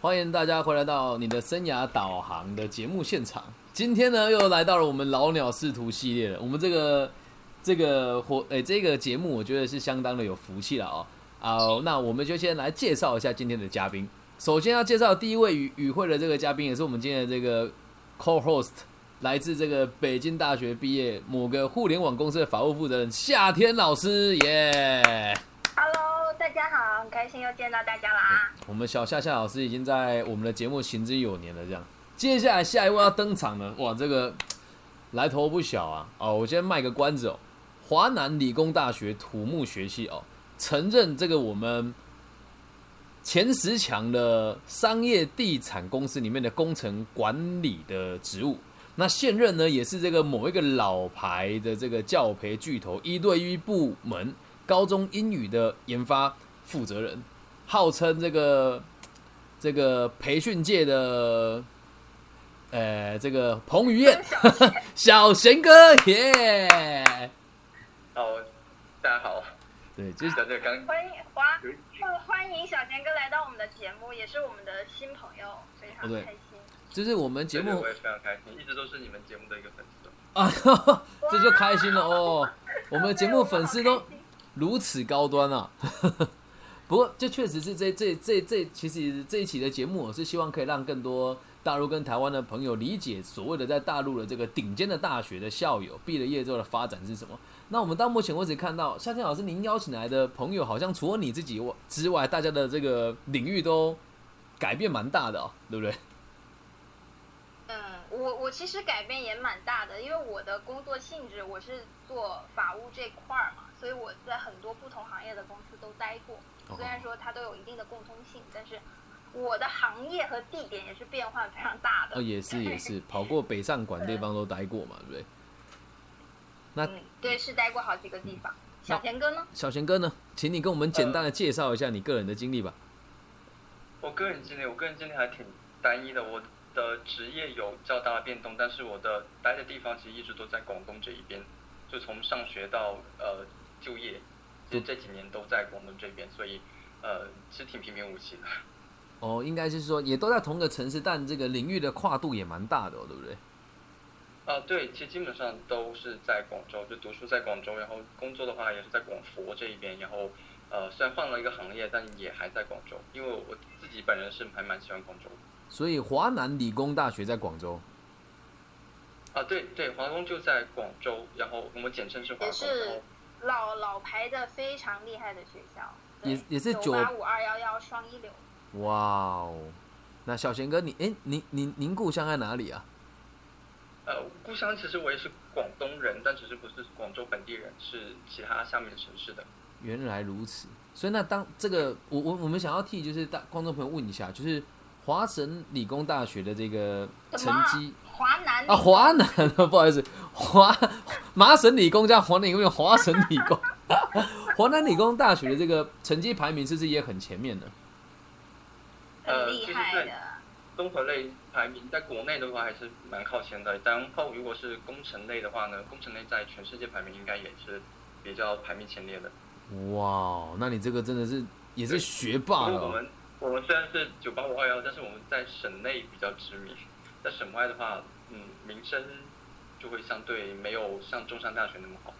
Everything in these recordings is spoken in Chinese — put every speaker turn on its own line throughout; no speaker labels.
欢迎大家回来到你的生涯导航的节目现场。今天呢，又来到了我们老鸟试图系列了。我们这个这个活诶、这个节目我觉得是相当的有福气了哦。啊、那我们就先来介绍一下今天的嘉宾。首先要介绍第一位与与会的这个嘉宾，也是我们今天的这个 co-host，来自这个北京大学毕业某个互联网公司的法务负责人夏天老师，耶、
Hello，大家好，很开心又见到大家啦！
我们小夏夏老师已经在我们的节目行之有年了，这样。接下来下一位要登场呢，哇，这个来头不小啊！哦，我先卖个关子哦，华南理工大学土木学系哦，承认这个我们前十强的商业地产公司里面的工程管理的职务。那现任呢，也是这个某一个老牌的这个教培巨头一对一部门高中英语的研发负责人。号称这个这个培训界的呃这个彭于晏 小贤哥耶
哦，大家好，
对，就是
大家刚
欢迎华，欢欢迎小贤哥来到我们的节目，也是我们的新朋友，非常
哦对
开心。
就是我们节
对对
目
我也非常开心，一直都是你们节目的一个粉丝。
啊， 这就开心了哦。我们的节目粉丝都如此高端啊。 不过，这确实是这这这这，其实这一期的节目，哦我是希望可以让更多大陆跟台湾的朋友理解所谓的在大陆的这个顶尖的大学的校友毕了业之后的发展是什么。那我们到目前为止看到，夏天老师您邀请来的朋友，好像除了你自己之外，大家的这个领域都改变蛮大的哦，对不对？
嗯，我我其实改变也蛮大的，因为我的工作性质我是做法务这块儿嘛，所以我在很多不同行业的公司都待过。
哦
虽然说它都有一定的共通性，但是我的行业和地点也是变化非常大的。
哦，也是也是，跑过北上广地方都待过嘛，对不对？那
嗯，对，是待过好几个地方。小贤哥呢？
小贤哥
呃
呢，请你跟我们简单的介绍一下你个人的经历吧。
我个人经历，我个人经历还挺单一的，我的职业有较大的变动，但是我的待的地方其实一直都在广东这一边，就从上学到呃就业，
嗯
其实这几年都在广东这边，所以呃其实挺平平无奇的。
哦，应该是说也都在同个城市，但这个领域的跨度也蛮大的、哦，对不对？
啊，对，其实基本上都是在广州，就读书在广州，然后工作的话也是在广佛这一边，然后呃，虽然换了一个行业，但也还在广州，因为我自己本人是还蛮喜欢广州的。
所以华南理工大学在广州，
啊，对对，华工就在广州，然后我们简称是华
也
工，然后
是老老牌的非常厉害的学校，
也也是
九八五二幺幺双一流。
哇哦！那小贤哥，你哎，您您您故乡在哪里啊？
呃，故乡其实我也是广东人，但只是不是广州本地人，是其他下面城市的。
原来如此，所以那当这个我我我们想要替就是大观众朋友问一下，就是华神理工大学的这个
什
成
么
绩
华南
啊，华南， 不好意思，华麻省理工加华南理工有华省理工， 华南理工大学的这个成绩排名是不是也很前面的？
很厉害的，
综合类排名在国内的话还是蛮靠前的，然后如果是工程类的话呢，工程类在全世界排名应该也是比较排名前列的。
哇，那你这个真的是也是学
不
霸
过
了
我
哦、
们我们虽然是九八五二幺，但是我们在省内比较知名，在省外的话，嗯，名声就会相对没有像中山大学那么好。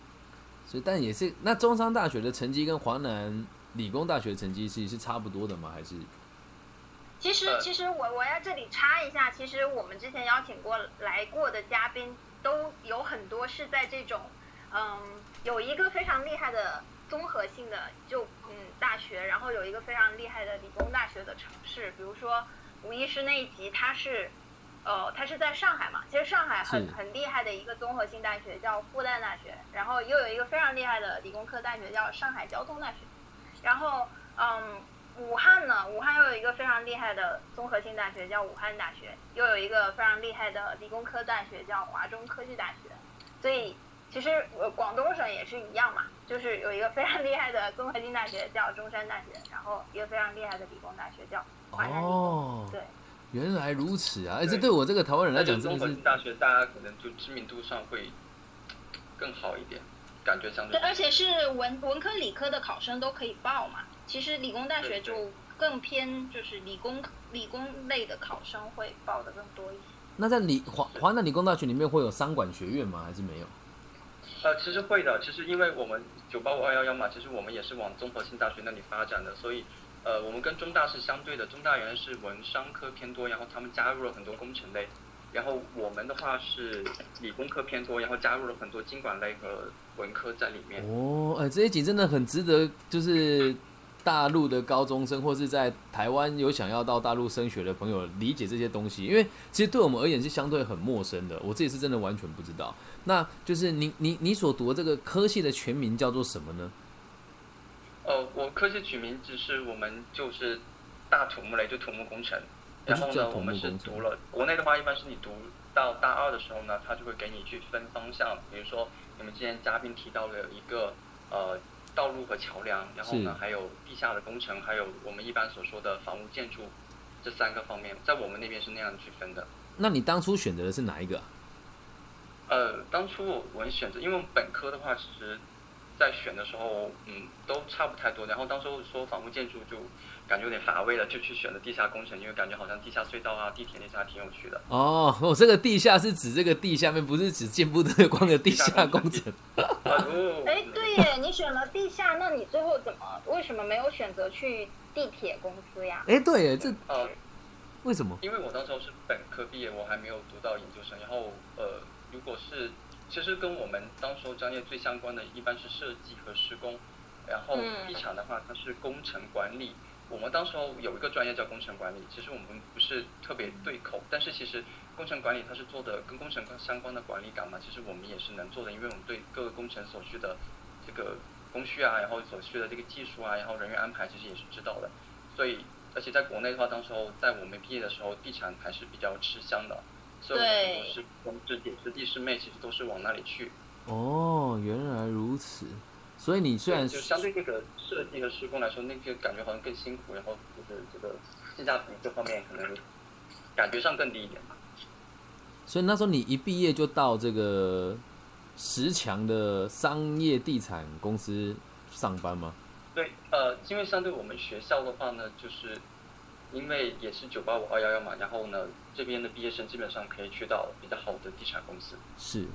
所以但也是那中山大学的成绩跟华南理工大学的成绩是是差不多的吗？还是
其实，
呃
其实我我要这里插一下，其实我们之前邀请过来过的嘉宾都有很多是在这种，嗯，有一个非常厉害的综合性的就嗯大学，然后有一个非常厉害的理工大学的城市，比如说吴医师那一集，他是，呃，他是在上海嘛，其实上海很
是
很厉害的一个综合性大学叫复旦大学，然后又有一个非常厉害的理工科大学叫上海交通大学，然后嗯。武汉呢，武汉又有一个非常厉害的综合性大学叫武汉大学，又有一个非常厉害的理工科大学叫华中科技大学，所以其实呃广东省也是一样嘛， 就是有一个非常厉害的综合性大学叫中山大学，然后一个非常厉害的理工大学叫华南理工，
哦，
对，
原来如此啊！哎、这
对
对我这个台湾人来
那
讲
就
真
综
的
合
是
性大学，大家可能就知名度上会更好一点，感觉相对
对，。而且是文文科、理科的考生都可以报嘛。其实理工大学
对对
就更偏就是理工理工类的考生会报的更多一些。
那在理华华南理工大学里面会有商管学院吗？还是没有？
呃，其实会的，其实因为我们九八五二幺幺嘛，其实我们也是往综合性大学那里发展的，所以呃，我们跟中大是相对的，中大原来是文商科偏多，然后他们加入了很多工程类，然后我们的话是理工科偏多，然后加入了很多经管类和文科在里面。
哦，哎、这一集真的很值得，就是大陆的高中生或是在台湾有想要到大陆升学的朋友理解这些东西，因为其实对我们而言是相对很陌生的，我自己是真的完全不知道。那就是你你你所读的这个科系的全名叫做什么呢？
呃，我科技取名只是我们就是大土木类，就土木工程。
不
然
是
后
叫
呢，
土
我们
木
是
工程
读了国内的话，一般是你读到大二的时候呢，他就会给你去分方向，比如说你们之前嘉宾提到的一个呃道路和桥梁，然后呢
是
还有地下的工程，还有我们一般所说的房屋建筑这三个方面，在我们那边是那样去分的。
那你当初选择的是哪一个啊、
呃，当初我我们选择，因为我们本科的话，其实，在选的时候，嗯，都差不太多。然后当时我说房屋建筑就感觉有点乏味了，就去选了地下工程，因为感觉好像地下隧道啊、地铁那些还挺 有趣的。
哦，我这个地下是指这个地下面，不是指见不得光的地下工程。
啊，哦
哎，对耶，你选了地下，那你最后怎么为什么没有选择去地铁公司呀？
哎、对耶，这
呃，
为什么？
因为我当时候是本科毕业，我还没有读到研究生。然后呃，如果是其实跟我们当时候专业最相关的，一般是设计和施工。然后
嗯
地产的话，它是工程管理。我们当时候有一个专业叫工程管理，其实我们不是特别对口，但是其实工程管理它是做的跟工程相关的管理岗嘛，其实我们也是能做的，因为我们对各个工程所需的这个工序啊，然后所需的这个技术啊，然后人员安排其实也是知道的。所以，而且在国内的话，当时候在我们毕业的时候，地产还是比较吃香的，所以我们
对
很多师兄师姐师弟师妹其实都是往那里去。
哦，原来如此。所以你虽然
就相对这个设计和施工来说，那个感觉好像更辛苦，然后就是这个性价比这方面可能感觉上更低一点。
所以那时候你一毕业就到这个十强的商业地产公司上班吗？
对，呃，因为相对我们学校的话呢，就是因为也是九八五二幺幺嘛，然后呢，这边的毕业生基本上可以去到比较好的地产公司。
是。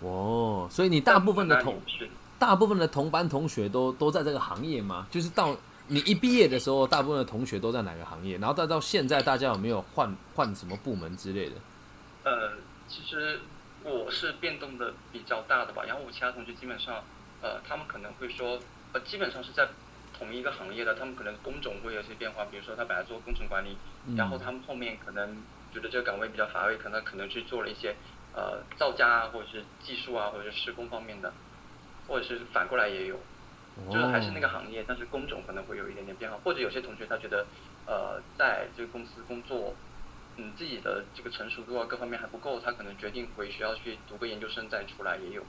哦，所以你大部分的
但我
同
们那里是
大部分的同班同学都都在这个行业吗？就是到你一毕业的时候，大部分的同学都在哪个行业？然后再到现在，大家有没有换换什么部门之类的？
呃，其实我是变动的比较大的吧，然后我其他同学基本上，呃，他们可能会说，呃，基本上是在同一个行业的，他们可能工种会有一些变化，比如说他本来做工程管理，
嗯
然后他们后面可能觉得这个岗位比较乏味，可能可能去做了一些呃造价啊，或者是技术啊，或者是施工方面的，或者是反过来也有。
哦
就是还是那个行业，但是工种可能会有一点点变化，或者有些同学他觉得，呃，在这个公司工作，嗯，自己的这个成熟度啊各方面还不够，他可能决定回学校去读个研究生再出来也有。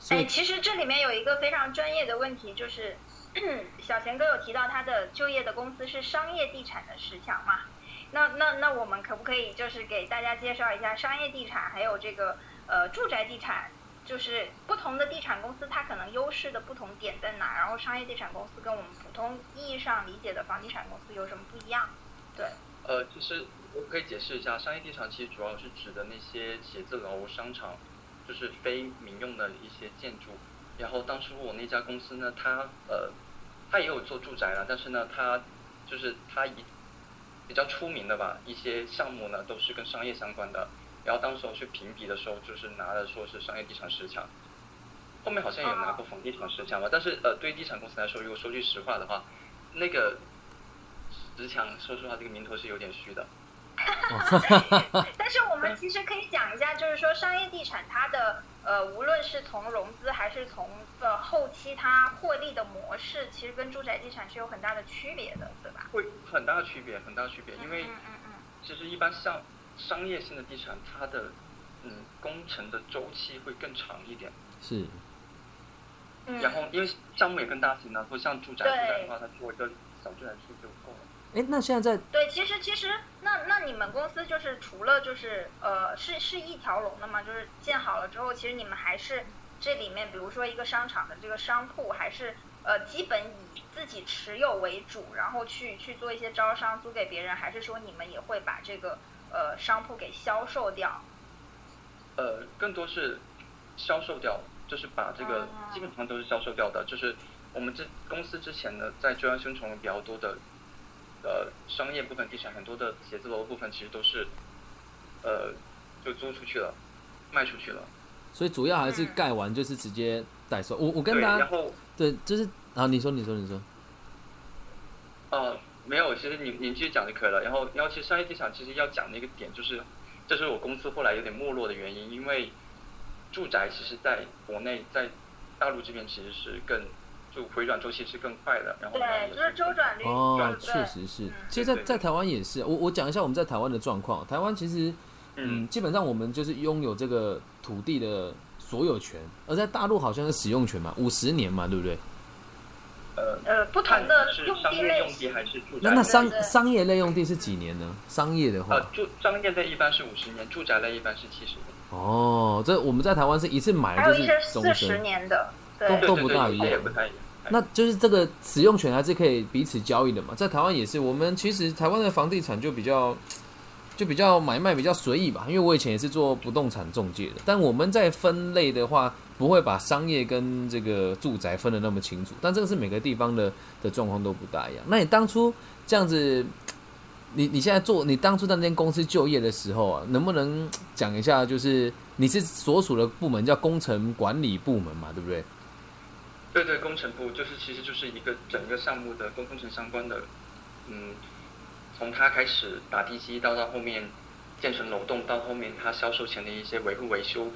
所
哎，
以
其实这里面有一个非常专业的问题，就是 小贤哥有提到他的就业的公司是商业地产的十强嘛？那那那我们可不可以就是给大家介绍一下商业地产，还有这个呃住宅地产，就是不同的地产公司它可能优势的不同点在哪？然后商业地产公司跟我们普通意义上理解的房地产公司有什么不一样？
呃，其实我可以解释一下，商业地产其实主要是指的那些写字楼、商场，就是非民用的一些建筑。然后当初我那家公司呢，它呃，它也有做住宅了，但是呢，它就是它一比较出名的吧，一些项目呢都是跟商业相关的。然后当时我去评比的时候，就是拿的说是商业地产十强，后面好像有拿过房地产十强吧。但是呃，对于地产公司来说，如果说句实话的话，那个十强，说实话这个名头是有点虚的。
但是我们其实可以讲一下，就是说商业地产它的呃，无论是从融资还是从呃后期它获利的模式，其实跟住宅地产是有很大的区别的，对吧？
会很大区别，很大区别，因为
嗯嗯嗯
其实一般像商业性的地产，它的嗯工程的周期会更长一点，
是
嗯，
然后因为项目也更大型呢，不像住宅
对
住宅的话，它做一个小住宅区就够了。
哎，那现在在
对，其实其实那那你们公司就是除了就是呃是是一条龙的嘛，就是建好了之后，其实你们还是这里面比如说一个商场的这个商铺，还是呃，基本以自己持有为主，然后去去做一些招商租给别人，还是说你们也会把这个呃商铺给销售掉？
呃，更多是销售掉，就是把这个
啊
基本上都是销售掉的。就是我们这公司之前呢，在中央宣传比较多的，呃，商业部分地产很多的写字楼部分其实都是，呃，就租出去了，卖出去了。
所以主要还是
嗯
盖完就是直接代售。我我跟
对，
大
然
家
后
对，就是啊，你说你说你说，
呃，没有，其实你你继续讲就可以了。然后，然后其实商业地产其实要讲的一个点就是，这是我公司后来有点没落的原因，因为住宅其实在国内在大陆这边其实是更就回转周期是更快的，然后
对，就是周转率，
哦
对，不
确
对？
实是
嗯。
其实在，在
对对
台湾也是，我我讲一下我们在台湾的状况。台湾其实，嗯，
嗯
基本上我们就是拥有这个土地的所有权，而在大陆好像是使用权嘛，五十年嘛，对不对？
呃，
呃，不
看
同的
是
用
商
地
业
类
用地
型，
还是住宅
那
类？
那商
对对
商业类用地是几年呢？商业的话，
呃住商业类一般是五十年，住宅类一般是七十年。
哦，这我们在台湾是一次买
呃还有
就
一
是
些
终
四十
身，
年的，
都
对
对
都
对
不
对
大
有
一
些也
样
不太一样。
那就是这个使用权还是可以彼此交易的嘛。在台湾也是，我们其实台湾的房地产就比较。就比较买卖比较随意吧，因为我以前也是做不动产中介的，但我们在分类的话，不会把商业跟这个住宅分得那么清楚，但这个是每个地方的的状况都不大一样。那你当初这样子，你你现在做，你当初在那间公司就业的时候啊，能不能讲一下，就是你是所属的部门叫工程管理部门嘛，对不对？
对对，工程部就是其实就是一个整个项目的跟工程相关的，嗯，从它开始打地基到到后面建成楼栋，到后面它销售前的一些维护维修，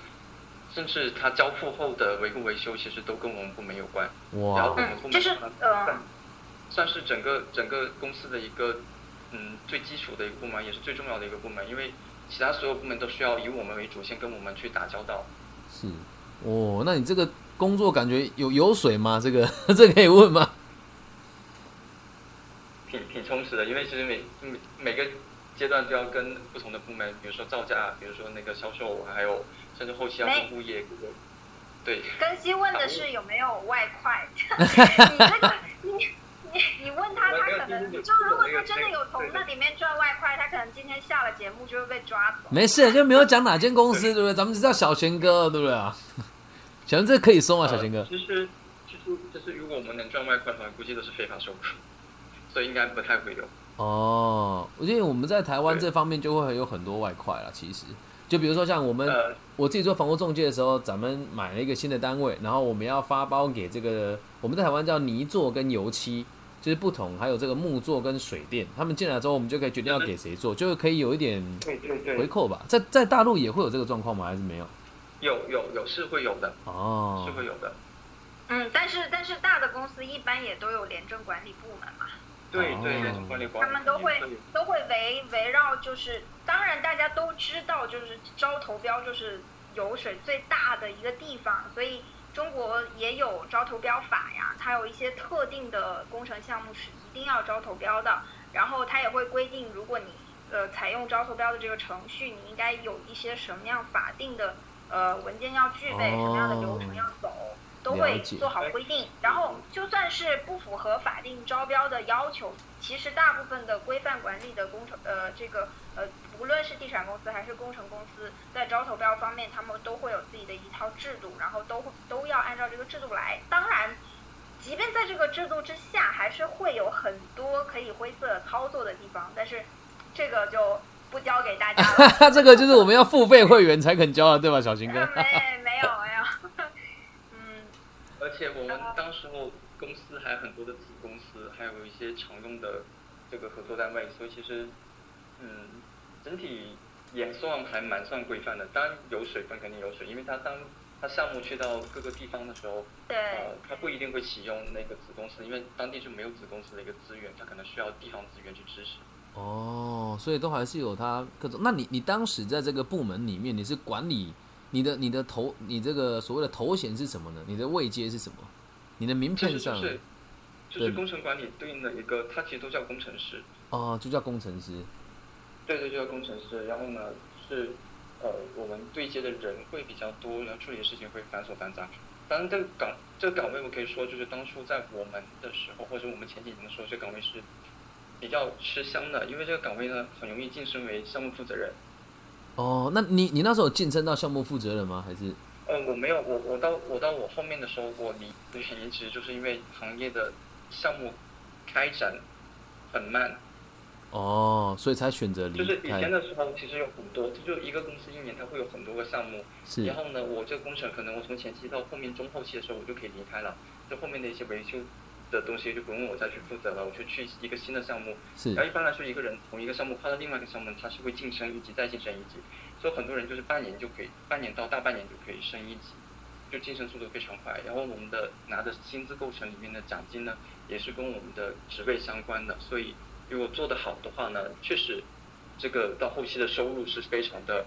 甚至它交付后的维护维修，其实都跟我们部门有关。然
哇
后我，们部
就
门
是
算
呃
算是整个整个公司的一个嗯最基础的一个部门，也是最重要的一个部门，因为其他所有部门都需要以我们为主，先跟我们去打交道。
是哦，那你这个工作感觉有有水吗？这个 这可以问吗？
挺挺充实的，因为其实每每每个阶段都要跟不同的部门，比如说造价，比如说那个销售，还有甚至后期要
没
跟物业，对，
根基问的是有没有外 快，你这个你你你问他，他可能就如果他真的有从那里面赚外快，他可能今天下了节目就会被抓走。
没事，就没有讲哪间公司，对不对？咱们只知道小贤哥，对不对啊？ 小贤这可以收吗？小贤
呃
哥，
其实其实就是如果我们能赚外快的话，估计都是非法收入，所以应该不太会有。
哦，我觉得我们在台湾
对
这方面就会有很多外快了。其实，就比如说像我们
呃，
我自己做房屋中介的时候，咱们买了一个新的单位，然后我们要发包给这个我们在台湾叫泥作跟油漆，就是不同，还有这个木作跟水电，他们进来之后，我们就可以决定要给谁做，就可以有一点
对对
回
对，
扣吧。在在大陆也会有这个状况吗？还是没有？
有有有是会有的，
哦
是，会有的。
嗯，但是但是大的公司一般也都有廉政管理部门嘛，
对对，
哦
人事管理管
他
理
们都会
对
都会围围绕就是，当然大家都知道，就是招投标就是油水最大的一个地方，所以中国也有招投标法呀，它有一些特定的工程项目是一定要招投标的，然后它也会规定，如果你呃采用招投标的这个程序，你应该有一些什么样法定的呃文件要具备，什么样的流程要走。都
了
会
解
做好规定，然后就算是不符合法定招标的要求，其实大部分的规范管理的工程，呃，这个呃，无论是地产公司还是工程公司，在招投标方面，他们都会有自己的一套制度，然后都都要按照这个制度来。当然，即便在这个制度之下，还是会有很多可以灰色操作的地方，但是这个就不教给大家了。 啊
他 这个就是我们要付费会员才肯交的，对吧，小新哥？
没没有没有， 嗯，
而且我们当时候公司还有很多的子公司，还有一些常用的这个合作单位，所以其实，嗯，整体也算还蛮算规范的。当然有水分肯定有水，因为它当它项目去到各个地方的时候，
对。
呃，它不一定会启用那个子公司，因为当地就没有子公司的一个资源，它可能需要地方资源去支持。
哦，所以都还是有他各种。那你你当时在这个部门里面，你是管理你的你的头，你这个所谓的头衔是什么呢？你的位阶是什么？你的名
就
片
是就
上
是就是工程管理对应的一个，它其实都叫工程师。
哦，就叫工程师。
对对，就是工程师。然后呢，是呃，我们对接的人会比较多，然后处理的事情会繁琐繁杂。反正这个岗这个岗位，我可以说就是当初在我们的时候，或者我们前几年的时候，这个岗位是比较吃香的，因为这个岗位呢很容易晋升为项目负责人。
哦，那你你那时候有晋升到项目负责人吗？还是
呃，我没有，我我到我到我后面的时候，我离的原因其实就是因为行业的项目开展很慢，
哦，所以才选择
就是
离
以前
开？
的时候其实有很多，就一个公司一年它会有很多个项目，
是
然后呢，我这个工程可能我从前期到后面中后期的时候，我就可以离开了，就后面的一些维修的东西就不用我再去负责了，我就去一个新的项目。
是
然后一般来说，一个人从一个项目跨到另外一个项目，他是会晋升一级再晋升一级，所以很多人就是半年就可以，半年到大半年就可以升一级，就晋升速度非常快。然后我们的拿的薪资构成里面的奖金呢，也是跟我们的职位相关的，所以如果做得好的话呢，确实这个到后期的收入是非常的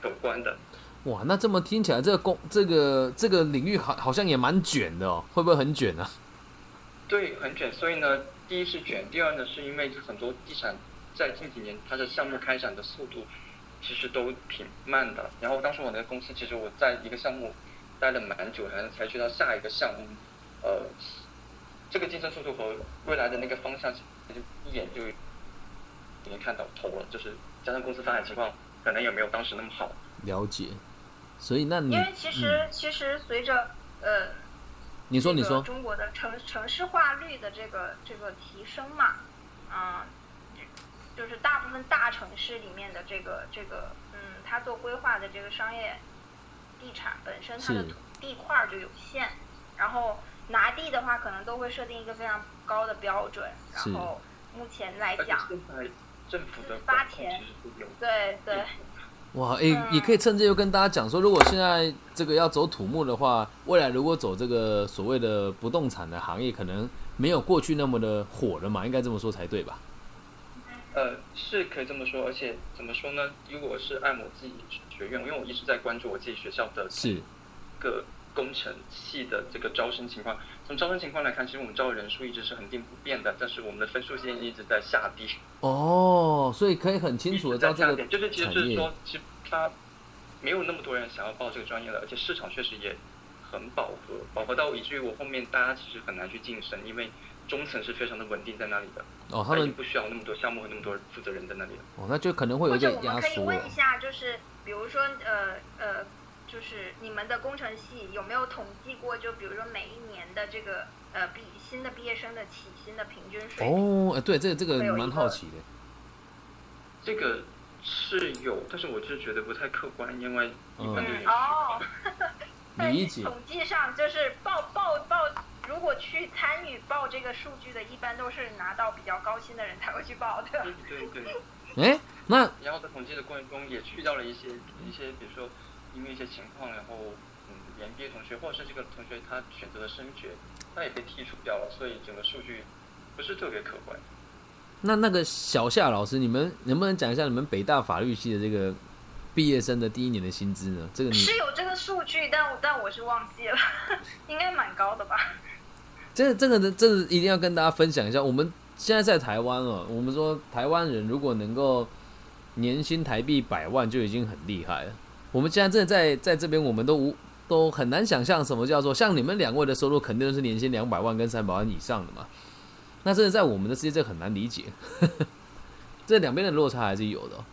可观的。
哇，那这么听起来，这个工这个这个领域好好像也蛮卷的哦，会不会很卷啊？
对，很卷。所以呢，第一是卷，第二呢，是因为很多地产在近几年它的项目开展的速度其实都挺慢的。然后当时我那个公司，其实我在一个项目待了蛮久，然后才去到下一个项目，呃，这个竞争速度和未来的那个方向，就一眼就已经看到头了。就是加上公司发展情况，可能也没有当时那么好。
了解，所以那你
因为其实、其实随着呃，
嗯你说你
这个
说，
中国的城城市化率的这个这个提升嘛，啊、就是大部分大城市里面的这个这个嗯，它做规划的这个商业地产本身它的
是
土地块儿就有限，然后拿地的话可能都会设定一个非常高的标准，
是
然后目前来
而且
讲，
现在政府的
自
管
哎发
控
钱
其实是有
对对。
哇，诶、
嗯
也可以趁这就跟大家讲说，如果现在这个要走土木的话，未来如果走这个所谓的不动产的行业，可能没有过去那么的火了嘛，应该这么说才对吧？
呃，是可以这么说，而且怎么说呢？如果是按我自己学院，因为我一直在关注我自己学校的
是
各工程系的这个招生情况。从招生情况来看，其实我们招的人数一直是恒定不变的，但是我们的分数线一直在下跌，
哦，所以可以很清
一
楚
直
的知
在
道这
下
个
跌。就是其实
产
就是
业
说，其实它没有那么多人想要报这个专业了，而且市场确实也很饱和，饱和到以至于我后面大家其实很难去晋升，因为中层是非常的稳定在那里的，
哦，他
它已
们
经不需要那么多项目和那么多负责人在那里了。
哦，那就可能会有
或
一
者
点
我
压
们可以
缩啊了
问一下，就是比如说呃呃，就是你们的工程系有没有统计过，就比如说每一年的这个呃毕新的毕业生的起薪的平均水平？
哦，哎、对，这个这个
会有一
蛮
个
好奇的，
这个是有，但是我就是觉得不太客观，因为一般对
嗯
人、
哦，
理解
在统计上就是报报报，如果去参与报这个数据的，一般都是拿到比较高薪的人才会去报的。
嗯
对对对。
哎、那
然后在统计的过程中也遇到了一些一些，比如说因为一些情况，然后嗯，延毕业同学或者是这个同学他选择了升学，他也被剔除掉了，所以整个数据不是特别可观。
那那个小夏老师，你们能不能讲一下你们北大法律系的这个毕业生的第一年的薪资呢？这个你
是有这个数据，但我但我是忘记了， 应该蛮高的吧？
这这个的这个一定要跟大家分享一下。我们现在在台湾哦，我们说台湾人如果能够年薪台币百万就已经很厉害了。我们现在真的在在这边，我们都 无都很难想象什么叫做像你们两位的收入肯定都是年薪两百万跟三百万以上的嘛。那真的在我们的世界，这很难理解。 这两边的落差还是有的哦、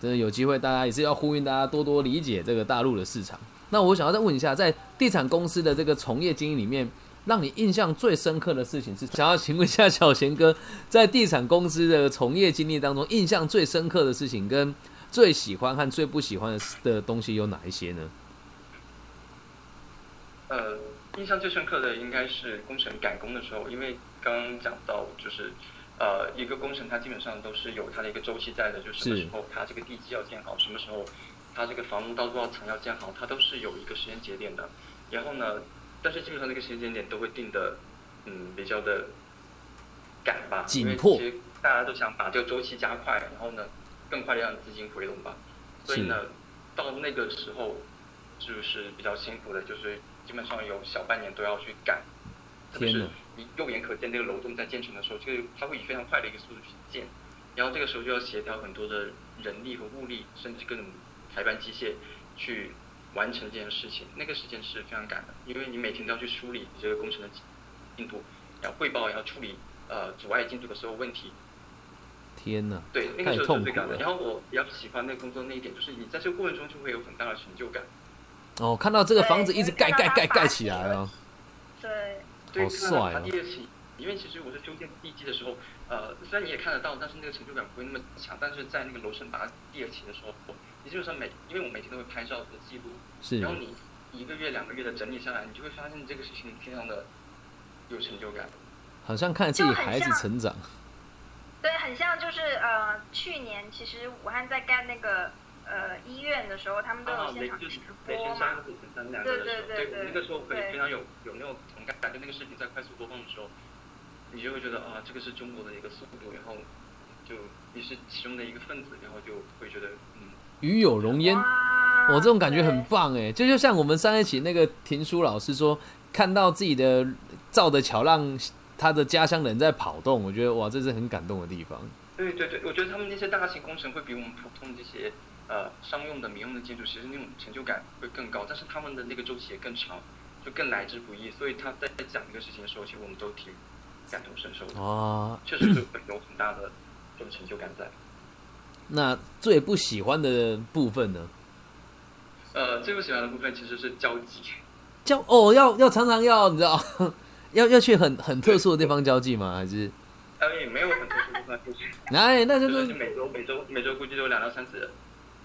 真的有机会，大家也是要呼吁大家多多理解这个大陆的市场。那我想要再问一下，在地产公司的这个从业经历里面，让你印象最深刻的事情是？想要请问一下小贤哥，在地产公司的从业经历当中，印象最深刻的事情跟最喜欢和最不喜欢的的东西有哪一些呢？
呃，印象最深刻的应该是工程赶工的时候，因为刚刚讲到就是。呃，一个工程它基本上都是有它的一个周期在的，就是什么
是
时候它这个地基要建好，什么时候它这个房屋到多少层要建好，它都是有一个时间节点的。然后呢，但是基本上这个时间点都会定的，嗯，比较的赶吧，
紧
因为
迫
其实大家都想把这个周期加快，然后呢，更快的让资金回笼吧。所以呢，到那个时候就是比较辛苦的，就是基本上有小半年都要去赶，特别
天
是
哪
你肉眼可见这个楼栋在建成的时候，这个它会以非常快的一个速度去建，然后这个时候就要协调很多的人力和物力，甚至各种排班机械去完成这件事情，那个时间是非常赶的，因为你每天都要去梳理你这个工程的进度，然后汇报，然后处理呃阻碍进度的所有问题，
天哪，
对，那个
太
时候
痛
是最
苦
赶的。
了
然后我比较喜欢那个工作那一点，就是你在这个过程中就会有很大的成就感。
哦，看到这个房子一直盖
对
盖
因为
盖
看到它
盖起来了，
对，
对，
好
看到
帅
它
哦
爬第二期，因为其实我是修建第一期的时候，呃，虽然你也看得到，但是那个成就感不会那么强。但是在那个楼层爬第二期的时候，你基本上每，因为我每天都会拍照的记录，
是
然后你一个月、两个月的整理下来，你就会发现这个事情非常的有成就感。
好像看着自己孩子
就很像
成长，
对，很像就是呃，去年其实武汉在盖那个呃医院的时候，他们都有
啊，雷
现场
就
直
是雷
播
神
嘛
山、。雷神山两个的时候，
对对对
我
对
那个时候会
对
非常有有那种同感，感觉那个视频在快速播放的时候，你就会觉得啊，这个是中国的一个速度，然后就你是其中的一个分子，然后就会觉得嗯，
与有容焉。
哇，
我这种感觉很
对
棒哎，这就像我们上一期那个婷书老师说，看到自己的造的桥让他的家乡人在跑动，我觉得哇，这是很感动的地方。
对对对，我觉得他们那些大型工程会比我们普通这些呃商用的民用的建筑，其实那种成就感会更高，但是他们的那个周期也更长，就更来之不易，所以他在讲这个事情的时候，其实我们都挺感同身受的，
哇，
确实是会有很大的这种成就感在。
那最不喜欢的部分呢？
呃，最不喜欢的部分其实是交集，
交哦，要要常常要你知道， 要要去很很特殊的地方交际吗？还是
当然也没有很特殊的部分，就是
哎，那就
就是
是
每周每周每周估计都有两到三次人。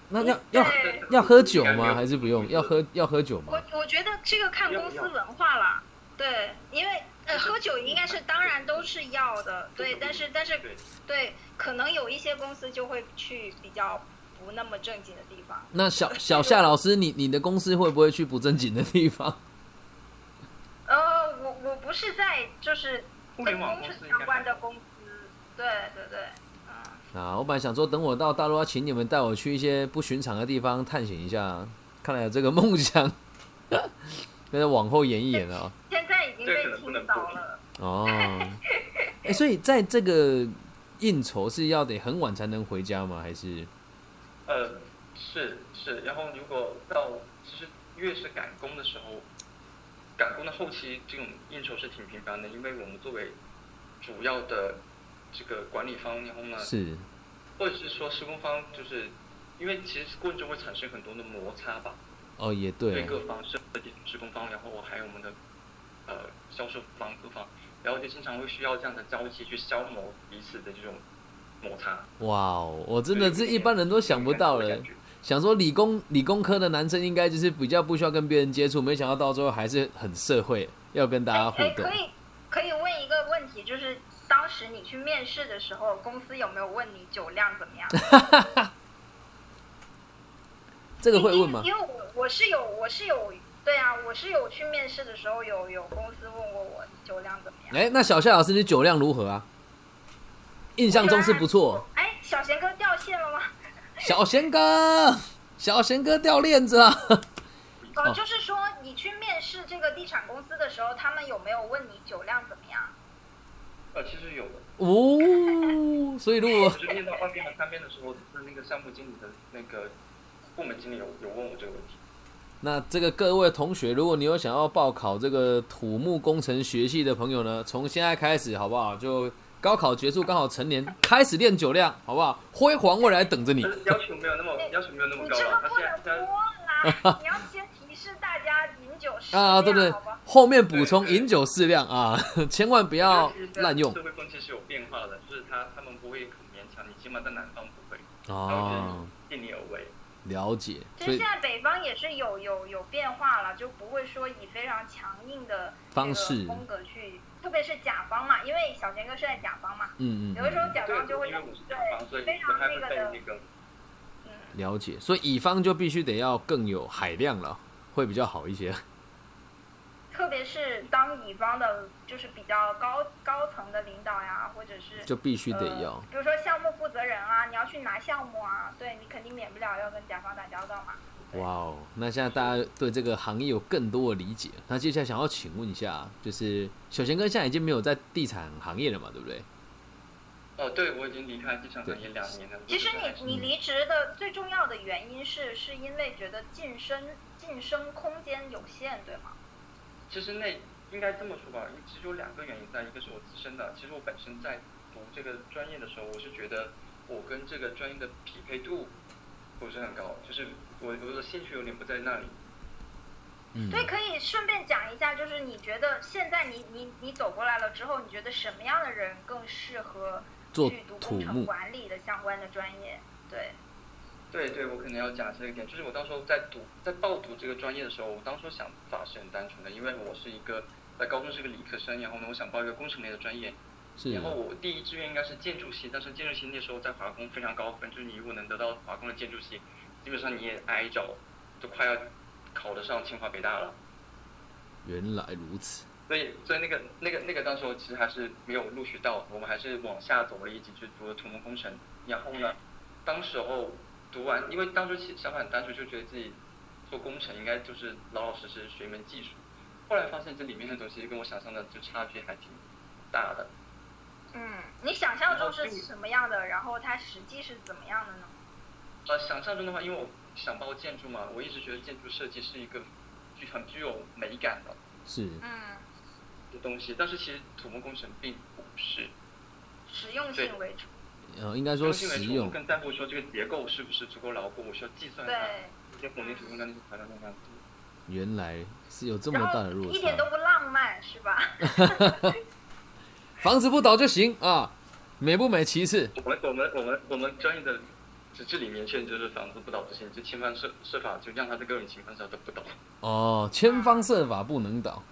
那要要
对
要喝酒吗？还是不用？要喝要喝酒吗？
我我觉得这个看公司文化啦，对，因为呃喝酒应该是当然都是要的，对，但是但是
对
对，可能有一些公司就会去比较不那么正经的地方。
那小小夏老师，你你的公司会不会去不正经的地方？
呃，我我不是在就是
互
跟
联网
工
公
程
司应
相
该
关
还
的公司，对对对，嗯，
啊，我本来想说，等我到大陆要请你们带我去一些不寻常的地方探险一下。看来有这个梦想， 那就往后延一延啊。
现在已经
这
被
可能不能
听到
播
了。
哦，哎、所以在这个应酬是要得很晚才能回家吗？还是
呃，是是，然后如果到其实越是赶工的时候，赶工的后期这种应酬是挺频繁的，因为我们作为主要的这个管理方，然后
呃
呢，
是
或者是说施工方，就是因为其实过程中会产生很多的摩擦吧，
哦，也对
各方设计施工方，然后还有我们的呃销售方各方，然后就经常会需要这样的交际去消磨彼此的这种摩擦。
哇哦，我真的是一般人都想不到了
感。觉
想说理工理工科的男生应该就是比较不需要跟别人接触，没想到到最后还是很社啊会，要跟大
哎
家互
哎，
动
可。以可以问一个问题，就是当时你去面试的时候，公司有没有问你酒量怎么样？
这个会
因
问吗？
因为我我是有我是有对啊，我是有去面试的时候有有公司问过我酒量怎么样。
哎、那小夏老师，你酒量如何啊？印象中是不错。
哎，小贤哥掉线了吗？
小贤哥，小贤哥掉链子啊了。
呃，
哦
就是说你去面试这个地产公司的时候，他们有没有问你酒量怎么样？
呃，其实有的，
哦，所以如果
就是面到二边和三边的时候，就是那个项目经理的那个部门经理有有问我这个问题。
那这个各位同学，如果你有想要报考这个土木工程学系的朋友呢，从现在开始好不好？就高考结束，刚好成年，开始练酒量，好不好？辉煌未来等着 你
但。是要求没有那么要求没有那么
你
高
这
了
个，
他
不
现
能
在现在
播啦，你要先提示大家饮酒适量，
啊，对不对
好吧？？
后面补充饮酒适量 啊， 千万不要滥用
社会风气是有变化的，就是他他们不会很勉强你，起码在南方不会，他会觉得
哦。
你尽力而为。
了解，
其
所
实
以
现在北方也是有有有变化了，就不会说以非常强硬的这
方
个
式
风格去，特别是甲方嘛，因为小贤哥是在甲方嘛，
嗯嗯
有的时候
嗯，
甲
对，
方就会
因为我是甲方，所以不太会在意那个。
嗯，
了解，所以乙方就必须得要更有海量了，会比较好一些。
特别是当乙方的，就是比较高高层的领导呀，或者是
就必须得要
呃比如说项目负责人啊，你要去拿项目啊，对你肯定免不了要跟甲方打交道嘛。
哇哦，那现在大家对这个行业有更多的理解。那接下来想要请问一下，就是小贤哥现在已经没有在地产行业了嘛，对不对？
哦，对，我已经离开机场行业两年了。
其实
我
嗯
就是
你你离职的最重要的原因是是因为觉得晋升晋升空间有限，对吗？
其实那应该这么说吧，其实有两个原因在，一个是我自身的，其实我本身在读这个专业的时候，我是觉得我跟这个专业的匹配度不是很高，就是我我的兴趣有点不在那里。
嗯
所，以可以顺便讲一下，就是你觉得现在你你你走过来了之后，你觉得什么样的人更适合
做
去读
土
工程
木，
管理的相关的专业？对，
对对，我可能要讲这一点，就是我当时候在读在报读这个专业的时候，我当时候想法是很单纯的，因为我是一个在高中是个理科生，然后呢，我想报一个工程类的专业，
是
然后我第一志愿应该是建筑系，但是建筑系那时候在华工非常高分，就是你如果能得到华工的建筑系，基本上你也挨着，就快要考得上清华北大了。
原来如此，
所以，所以那个那个那个当时我其实还是没有录取到，我们还是往下走了一级去读了土木工程。然后呢，当时候读完，因为当时其实想法很单纯，就觉得自己做工程应该就是老老实实学一门技术。后来发现这里面的东西跟我想象的就差距还挺大的。
嗯，你想象中是
然后
什么样的？然后它实际是怎么样的呢？
呃，想象中的话，因为我想包建筑嘛，我一直觉得建筑设计是一个具很具有美感的
是
嗯，
的东西，但是其实土木工程并不是。
实用性为主。
呃，应该说
中心为
实
主，我
用
们，更在乎说这个结构是不是足够牢固，我需要计算它
对，
这些混凝土用钢筋材料那样子。
原来是有这么
然
大
后
的落
一点都
差，
不浪漫，是吧？
房子不倒就行啊，美不美其次，
我们我们我们我们专业的纸质里面确实就是房子不倒不行，就千帆设设法就让它的各种情况下都不倒，
哦，千方设法不能倒，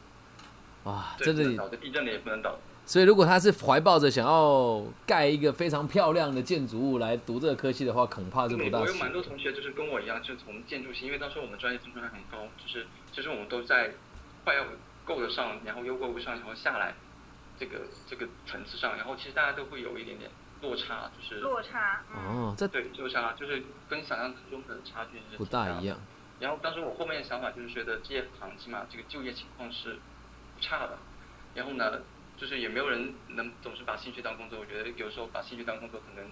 哇，
对
这
不能
里
倒，就地震了也不能倒。
所以，如果他是怀抱着想要盖一个非常漂亮的建筑物来读这个科系的话，恐怕是不
美
大
国有
行。
蛮多同学就是跟我一样，就是从建筑系，因为当时我们专业分数还很高，就是就是我们都在快要够得上，然后又够不上，然后下来这个这个层次上，然后其实大家都会有一点点落差，就是
落差，嗯，
哦，这
对落差，就是跟想象中的差距是
不
挺
大
的
一。样。
然后当时我后面的想法就是觉得这些行情嘛，这个就业情况是不差的，然后呢，就是也没有人能总是把兴趣当工作，我觉得有时候把兴趣当工作，可能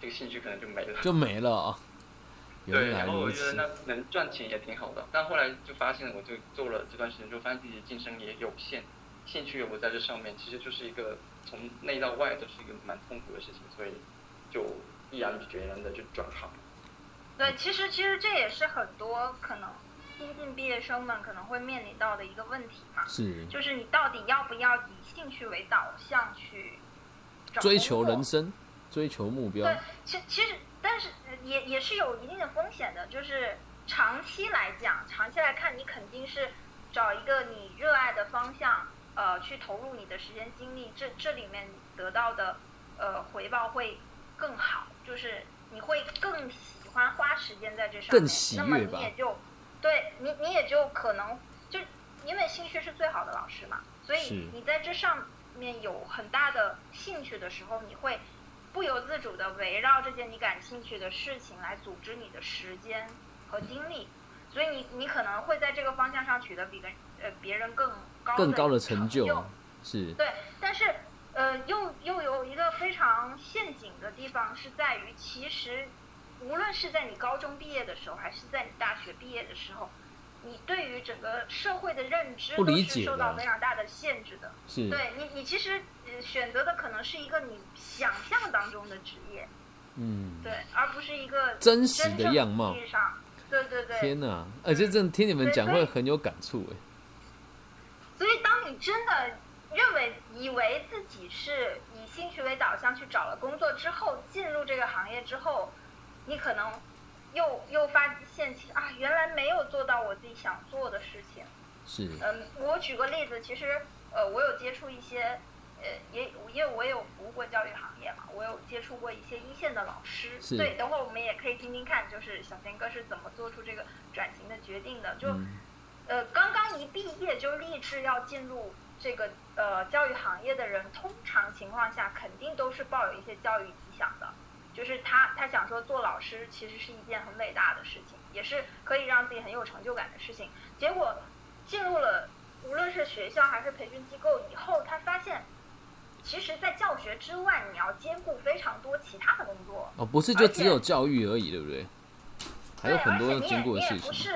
这个兴趣可能就没了。
就没了啊、
对，
原来
然后
如
我觉得
此，
那能赚钱也挺好的，但后来就发现，我就做了这段时间，就发现自己的晋升也有限，兴趣也不在这上面，其实就是一个从内到外都是一个蛮痛苦的事情，所以就毅然决然的就转行。
对，其实其实这也是很多可能新进毕业生们可能会面临到的一个问题嘛，
是
就是你到底要不要以兴趣为导向去找
追
工
求
作
人啊生，追求目标
对，其其实，但是呃也也是有一定的风险的，就是长期来讲，长期来看，你肯定是找一个你热爱的方向，呃，去投入你的时间精力，这这里面得到的呃回报会更好，就是你会更喜欢花时间在这上面，
更喜
那么
悦
你
吧
也就对你你也就可能就因为兴趣是最好的老师嘛，所
是
以你在这上面有很大的兴趣的时候，你会不由自主的围绕这件你感兴趣的事情来组织你的时间和精力，所以你你可能会在这个方向上取得比跟呃别人更高
更高的
成
成就，是
对，但是呃，又又有一个非常陷阱的地方是在于，其实无论是在你高中毕业的时候，还是在你大学毕业的时候，你对于整个社会的认知
不
都
理
是
解
受到
的
非常大的限制的。
是
对你，你其实呃选择的可能是一个你想象当中的职业，
嗯，
对，而不是一个
真实
真正
的样貌
意。义上。对对对，
天哪，而且真的听你们讲
对所
会
以
很有感触哎。
所以，当你真的认为以为自己是以兴趣为导向去找了工作之后，进入这个行业之后，你可能又又发现其实啊，原来没有做到我自己想做的事情。
是
嗯，我举个例子，其实呃，我有接触一些呃，也因为我也有服务过教育行业嘛，我有接触过一些一线的老师。
是
对，等会儿我们也可以听听看，就是小贤哥是怎么做出这个转型的决定的。就、
嗯
呃，刚刚一毕业就立志要进入这个呃教育行业的人，通常情况下肯定都是抱有一些教育理想的，就是他他想说做老师其实是一件很伟大的事情，也是可以让自己很有成就感的事情。结果进入了无论是学校还是培训机构以后，他发现其实，在教学之外，你要兼顾非常多其他的工作。
哦，不是就只有教育而已，对不对？还有很多
对而且你也
兼顾的事
你也不
情。
是，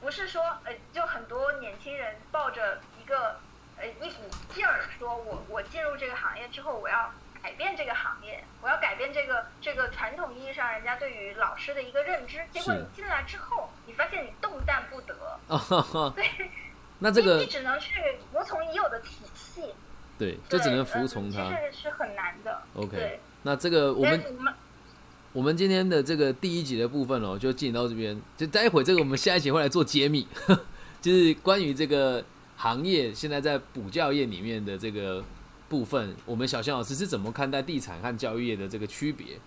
不是说呃，就很多年轻人抱着一个呃一股劲儿，说我我进入这个行业之后，我要改变这个行业，我要改变这个这个传统意义上人家对于老师的一个认知。结果
是
你进来之后，你发现你动弹不得，
啊哈哈，
对，
那这
你
个
你只能去服从已有的体系，
对，就只
对
能
嗯
服从他
其。实是很难的。
OK，
对，
那这个我
但
们
是你们
我们今天的这个第一集的部分哦，就进行到这边。就待会这个我们下一集会来做揭秘， 就是关于这个行业现在在补教业里面的这个部分，我们小象老师是怎么看待地产和教育业的这个区别？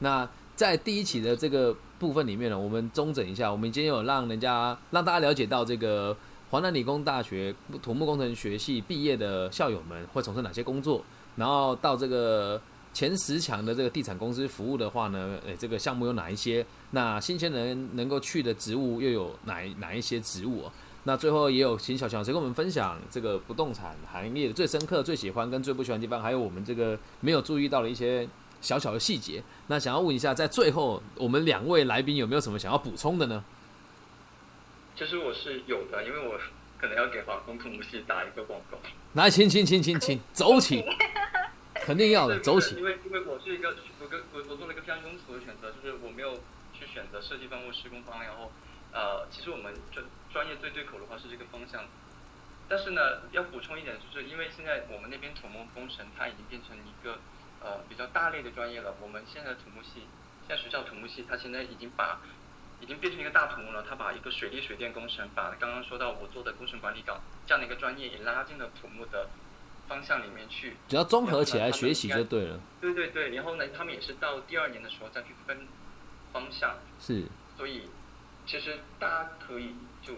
那在第一期的这个部分里面呢，我们中整一下，我们今天有让人家让大家了解到这个华南理工大学土木工程学系毕业的校友们会从事哪些工作，然后到这个前十强的这个地产公司服务的话呢，诶，这个项目有哪一些？那新鲜人能够去的职务又有哪一哪一些职务、哦？那最后也有请小强老师跟我们分享这个不动产行业最深刻、最喜欢跟最不喜欢的地方，还有我们这个没有注意到的一些小小的细节。那想要问一下，在最后我们两位来宾有没有什么想要补充的呢？
其实我是有的，因为我可能要给华工土木系打一个广告。
来，请请请请请，走起，肯定要的，
对
走
不是
起。
因为因为我是一个我跟我我做了一个非常庸俗的选择，就是我没有去选择设计方或施工方，然后呃，其实我们专专业最对口的话是这个方向。但是呢，要补充一点，就是因为现在我们那边土木工程它已经变成一个呃比较大类的专业了。我们现在土木系，现在学校土木系，它现在已经把已经变成一个大土木了。它把一个水利水电工程，把刚刚说到我做的工程管理岗这样的一个专业也拉进了土木的方向里面去。
只要综合起来学习就对了。
对对对，然后呢，他们也是到第二年的时候再去分方向，
是，
所以其实大家可以就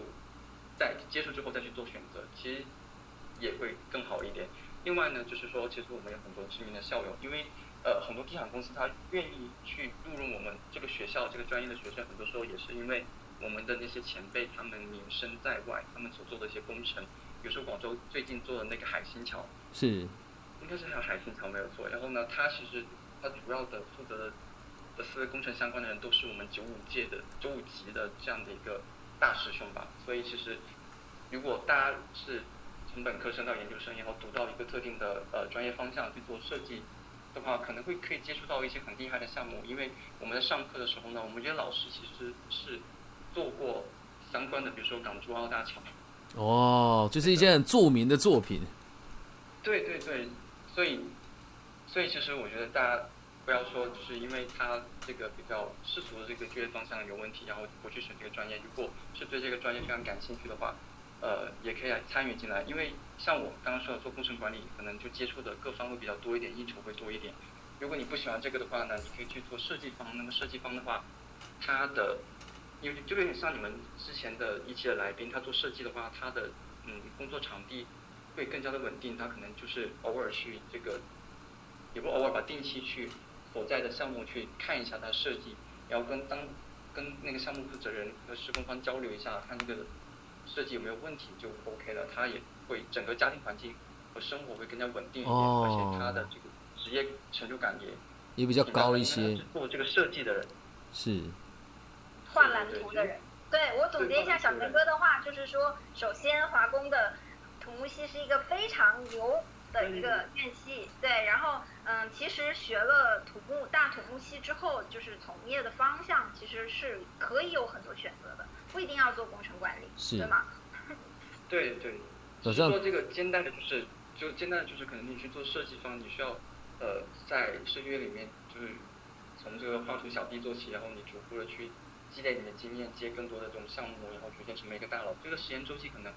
在接触之后再去做选择，其实也会更好一点。另外呢，就是说，其实我们有很多知名的校友，因为呃很多地产公司他愿意去录用我们这个学校这个专业的学生，很多时候也是因为我们的那些前辈他们名声在外，他们所做的一些工程，比如说广州最近做的那个海心桥，
是，
应该是还有海信桥没有错。然后呢，他其实他主要的负责的的四个工程相关的人都是我们九五届的九五级的这样的一个大师兄吧。所以其实如果大家是从本科生到研究生，然后读到一个特定的呃专业方向去做设计的话，可能会可以接触到一些很厉害的项目。因为我们在上课的时候呢，我们这些老师其实是做过相关的，比如说港珠澳大桥。
哦，就是一些很著名的作品。
对对对，所以所以其实我觉得大家不要说，就是因为他这个比较世俗的这个就业方向有问题，然后不去选这个专业。如果是对这个专业非常感兴趣的话，呃，也可以来参与进来。因为像我刚刚说的做工程管理，可能就接触的各方会比较多一点，应酬会多一点。如果你不喜欢这个的话呢，你可以去做设计方。那么设计方的话，他的因为就有点像你们之前的一期的来宾，他做设计的话，他的嗯工作场地会更加的稳定，他可能就是偶尔去这个，也不偶尔吧，定期去所在的项目去看一下它的设计，然后跟当跟那个项目负责人和施工方交流一下，看这个设计有没有问题就 OK 了。他也会整个家庭环境和生活会更加稳定一点，
哦
而且他的这个职业成就感也
也比较高一
因为
些
他是，做这个设计的人，
是
画蓝图的人。对我总结一下小陈哥的话，就是说，首先华工的土木系是一个非常牛的一个院系，对，然后嗯，其实学了土木大土木系之后，就是从业的方向其实是可以有很多选择的，不一定要做工程管理，
是
对吗？
对对，
好
只是
像
说这个简单的就是，就简单的就是可能你去做设计方，你需要呃在设约里面就是从这个画图小弟做起，然后你逐步的去积累你的经验，接更多的这种项目，然后逐渐成为一个大佬。这个时间周期可能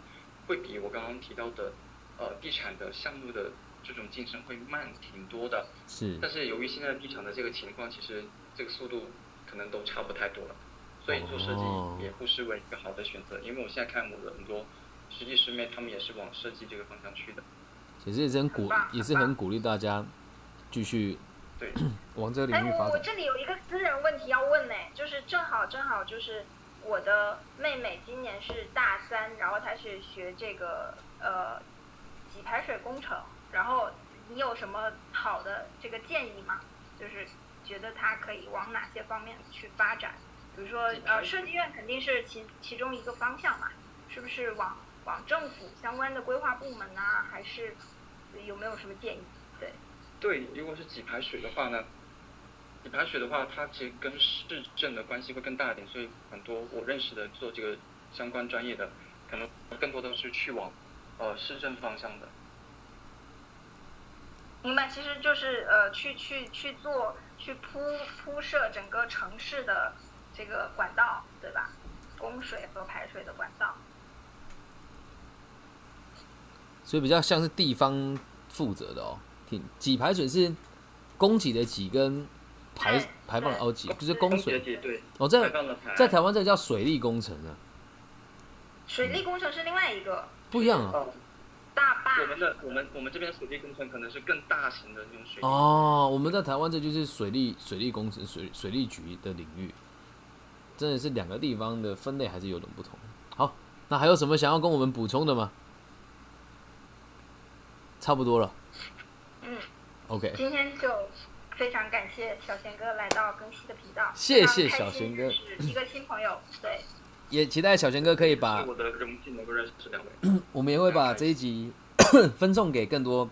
会比我刚刚提到的呃地产的项目的这种晋升会慢挺多的，
是
但是由于现在地产的这个情况，其实这个速度可能都差不太多了，所以做设
哦
计也不失为一个好的选择。因为我现在看我的很多师弟师妹，他们也是往设计这个方向去的。
其实也是很鼓
很棒，
也是很鼓励大家继续
对，
往这个
哎，
领域
我
发
我
展。
这里有一个私人问题要问呢，哎就是正好正好就是我的妹妹今年是大三，然后她是学这个呃给排水工程，然后你有什么好的这个建议吗？就是觉得它可以往哪些方面去发展？比如说，呃，设计院肯定是其其中一个方向嘛，是不是往往政府相关的规划部门呐、还是有没有什么建议？对，
对，如果是挤排水的话呢，挤排水的话，它其实跟市政的关系会更大一点，所以很多我认识的做这个相关专业的，可能更多都是去往呃市政方向的。
明白，其实就是呃，去去去做去铺铺设整个城市的这个管道，对吧？供水和排水的管道。
所以比较像是地方负责的哦。挺挤排水是供给的挤跟排
对
排放的哦挤，就是
供
供
节
水
节对，
哦。
太
在
棒了，排
在台湾这个叫水利工程啊，
水
嗯
利工程是另外一个
不一样啊。
哦，
大坝
我，们的我们我们这边水利工程可能是更大型的那种水利。
哦，我们在台湾这就是水利水利工程水水利局的领域，真的是两个地方的分类还是有点不同。好，那还有什么想要跟我们补充的吗？差不多了
嗯，
，OK。
今天就非常感谢小贤哥来到更新的频道，
谢谢
非常开心
小贤哥
认识一个新朋友，对，
也期待小贤哥可以把
是我的荣幸能够认识两位。
我们也会把这一集 分送给更多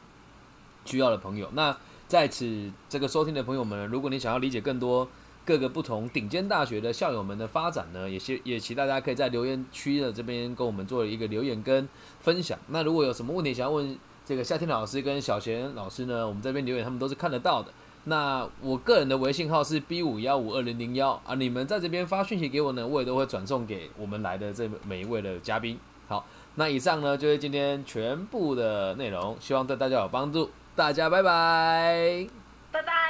需要的朋友。那在此这个收听的朋友们呢，如果你想要理解更多各个不同顶尖大学的校友们的发展呢，也希也期待大家可以在留言区的这边跟我们做一个留言跟分享。那如果有什么问题想要问这个夏天老师跟小贤老师呢，我们这边留言他们都是看得到的。那我个人的微信号是 B 五幺五二零零幺啊，你们在这边发讯息给我呢，我也都会转送给我们来的这每一位的嘉宾。好，那以上呢就是今天全部的内容，希望对大家有帮助。大家拜拜。
拜拜。